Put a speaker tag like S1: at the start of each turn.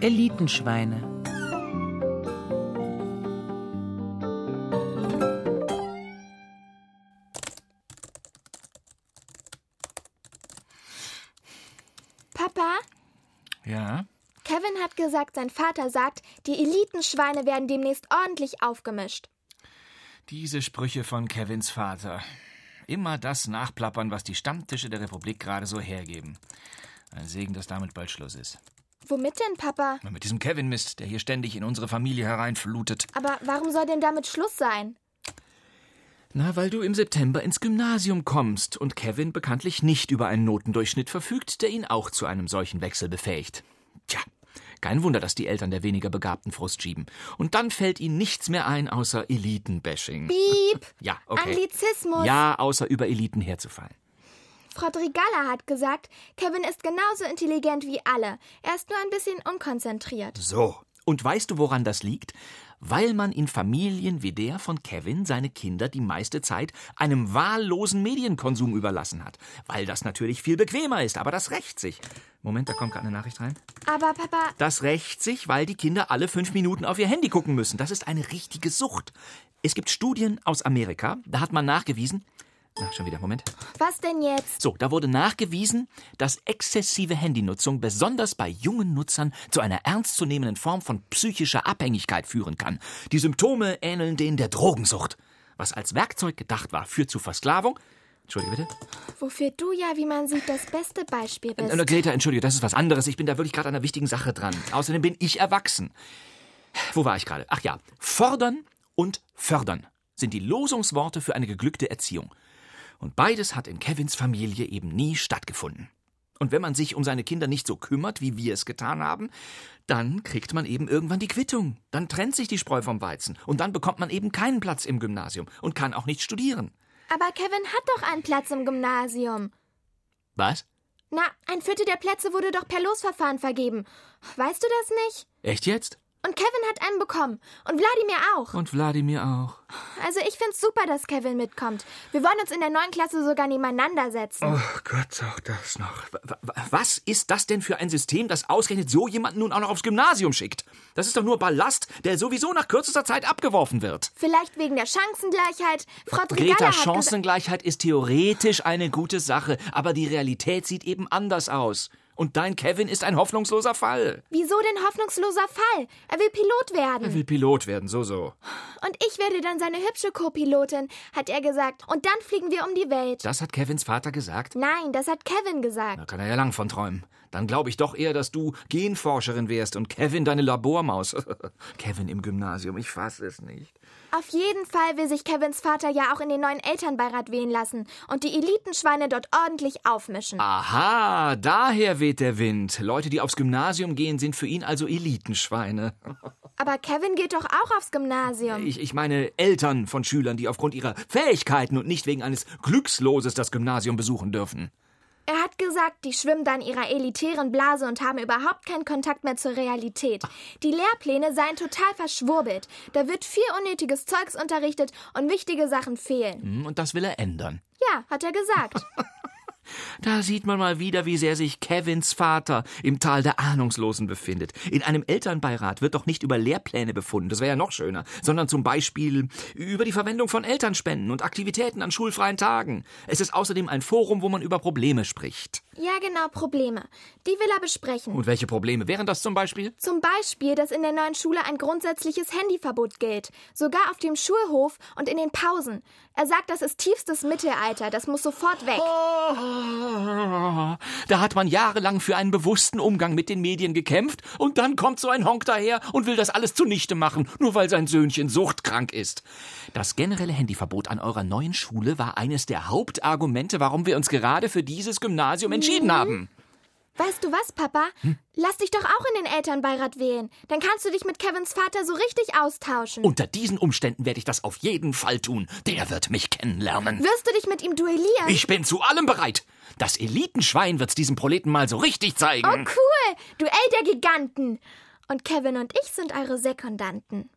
S1: Elitenschweine.
S2: Papa,
S3: Ja?
S2: Kevin hat gesagt, sein Vater sagt, die Elitenschweine werden demnächst ordentlich aufgemischt.
S3: Diese Sprüche von Kevins Vater. Immer das nachplappern, was die Stammtische der Republik gerade so hergeben. Ein Segen, dass damit bald Schluss ist.
S2: Womit denn, Papa?
S3: Und mit diesem Kevin-Mist, der hier ständig in unsere Familie hereinflutet.
S2: Aber warum soll denn damit Schluss sein?
S3: Na, weil du im September ins Gymnasium kommst und Kevin bekanntlich nicht über einen Notendurchschnitt verfügt, der ihn auch zu einem solchen Wechsel befähigt. Tja, kein Wunder, dass die Eltern der weniger Begabten Frust schieben. Und dann fällt ihnen nichts mehr ein, außer Elitenbashing.
S2: Piep!
S3: Ja, okay.
S2: Anglizismus!
S3: Ja, außer über Eliten herzufallen.
S2: Frau Drigalla hat gesagt, Kevin ist genauso intelligent wie alle. Er ist nur ein bisschen unkonzentriert.
S3: So. Und weißt du, woran das liegt? Weil man in Familien wie der von Kevin seine Kinder die meiste Zeit einem wahllosen Medienkonsum überlassen hat. Weil das natürlich viel bequemer ist, aber das rächt sich. Moment, da kommt gerade eine Nachricht rein.
S2: Aber Papa,
S3: Das rächt sich, weil die Kinder alle fünf Minuten auf ihr Handy gucken müssen. Das ist eine richtige Sucht. Es gibt Studien aus Amerika, da hat man nachgewiesen. Na, schon wieder, Moment.
S2: was denn jetzt?
S3: So, da wurde nachgewiesen, dass exzessive Handynutzung besonders bei jungen Nutzern zu einer ernstzunehmenden Form von psychischer Abhängigkeit führen kann. Die Symptome ähneln denen der Drogensucht, was als Werkzeug gedacht war, führt zu Versklavung. Entschuldige bitte.
S2: Wofür du ja, wie man sieht, das beste Beispiel bist.
S3: Äh, Greta, entschuldige, das ist was anderes. Ich bin da wirklich gerade an einer wichtigen Sache dran. Außerdem bin ich erwachsen. Wo war ich gerade? Ach ja, fordern und fördern sind die Losungsworte für eine geglückte Erziehung. Und beides hat in Kevins Familie eben nie stattgefunden. Und wenn man sich um seine Kinder nicht so kümmert, wie wir es getan haben, dann kriegt man eben irgendwann die Quittung. Dann trennt sich die Spreu vom Weizen. Und dann bekommt man eben keinen Platz im Gymnasium und kann auch nicht studieren.
S2: Aber Kevin hat doch einen Platz im Gymnasium.
S3: Was?
S2: Na, ein Viertel der Plätze wurde doch per Losverfahren vergeben. Weißt du das nicht?
S3: Echt jetzt?
S2: Und Kevin hat einen bekommen. Und Wladimir auch.
S3: Und Wladimir auch.
S2: Also ich find's super, dass Kevin mitkommt. Wir wollen uns in der neuen Klasse sogar nebeneinander setzen.
S3: Oh Gott, auch das noch. Wa- wa- Was ist das denn für ein System, das ausgerechnet so jemanden nun auch noch aufs Gymnasium schickt? Das ist doch nur Ballast, der sowieso nach kürzester Zeit abgeworfen wird.
S2: Vielleicht wegen der Chancengleichheit. Frau Drigalla
S3: Greta,
S2: hat gesagt,
S3: Chancengleichheit ist theoretisch eine gute Sache, aber die Realität sieht eben anders aus. Und dein Kevin ist ein hoffnungsloser Fall.
S2: wieso denn hoffnungsloser Fall? Er will Pilot werden.
S3: Er will Pilot werden, so, so.
S2: Und ich werde dann seine hübsche Co-Pilotin, hat er gesagt. Und dann fliegen wir um die Welt.
S3: Das hat Kevins Vater gesagt.
S2: Nein, das hat Kevin gesagt.
S3: Da kann er ja lang von träumen. Dann glaube ich doch eher, dass du Genforscherin wärst und Kevin deine Labormaus. Kevin im Gymnasium, ich fasse es nicht.
S2: Auf jeden Fall will sich Kevins Vater ja auch in den neuen Elternbeirat wählen lassen und die Elitenschweine dort ordentlich aufmischen.
S3: Ah. Aha, daher weht der Wind. Leute, die aufs Gymnasium gehen, sind für ihn also Elitenschweine.
S2: Aber Kevin geht doch auch aufs Gymnasium.
S3: Ich, ich meine Eltern von Schülern, die aufgrund ihrer Fähigkeiten und nicht wegen eines Glücksloses das Gymnasium besuchen dürfen.
S2: Er hat gesagt, die schwimmen dann ihrer elitären Blase und haben überhaupt keinen Kontakt mehr zur Realität. Die Lehrpläne seien total verschwurbelt. Da wird viel unnötiges Zeugs unterrichtet und wichtige Sachen fehlen.
S3: Hm, Und das will er ändern.
S2: Ja, hat er gesagt.
S3: Da sieht man mal wieder, wie sehr sich Kevins Vater im Tal der Ahnungslosen befindet. In einem Elternbeirat wird doch nicht über Lehrpläne befunden, das wäre ja noch schöner, sondern zum Beispiel über die Verwendung von Elternspenden und Aktivitäten an schulfreien Tagen. Es ist außerdem ein Forum, wo man über Probleme spricht.
S2: Ja, genau, Probleme. Die will er besprechen.
S3: Und welche Probleme wären das zum Beispiel?
S2: Zum Beispiel, dass in der neuen Schule ein grundsätzliches Handyverbot gilt. Sogar auf dem Schulhof und in den Pausen. Er sagt, das ist tiefstes Mittelalter. Das muss sofort weg.
S3: Da hat man jahrelang für einen bewussten Umgang mit den Medien gekämpft und dann kommt so ein Honk daher und will das alles zunichte machen, nur weil sein Söhnchen suchtkrank ist. Das generelle Handyverbot an eurer neuen Schule war eines der Hauptargumente, warum wir uns gerade für dieses Gymnasium entschieden haben.
S2: Weißt du was, Papa? Lass dich doch auch in den Elternbeirat wählen. Dann kannst du dich mit Kevins Vater so richtig austauschen.
S3: Unter diesen Umständen werde ich das auf jeden Fall tun. Der wird mich kennenlernen.
S2: Wirst du dich mit ihm duellieren?
S3: Ich bin zu allem bereit. Das Elitenschwein wird's diesem Proleten mal so richtig zeigen.
S2: oh, cool. Duell der Giganten. Und Kevin und ich sind eure Sekundanten.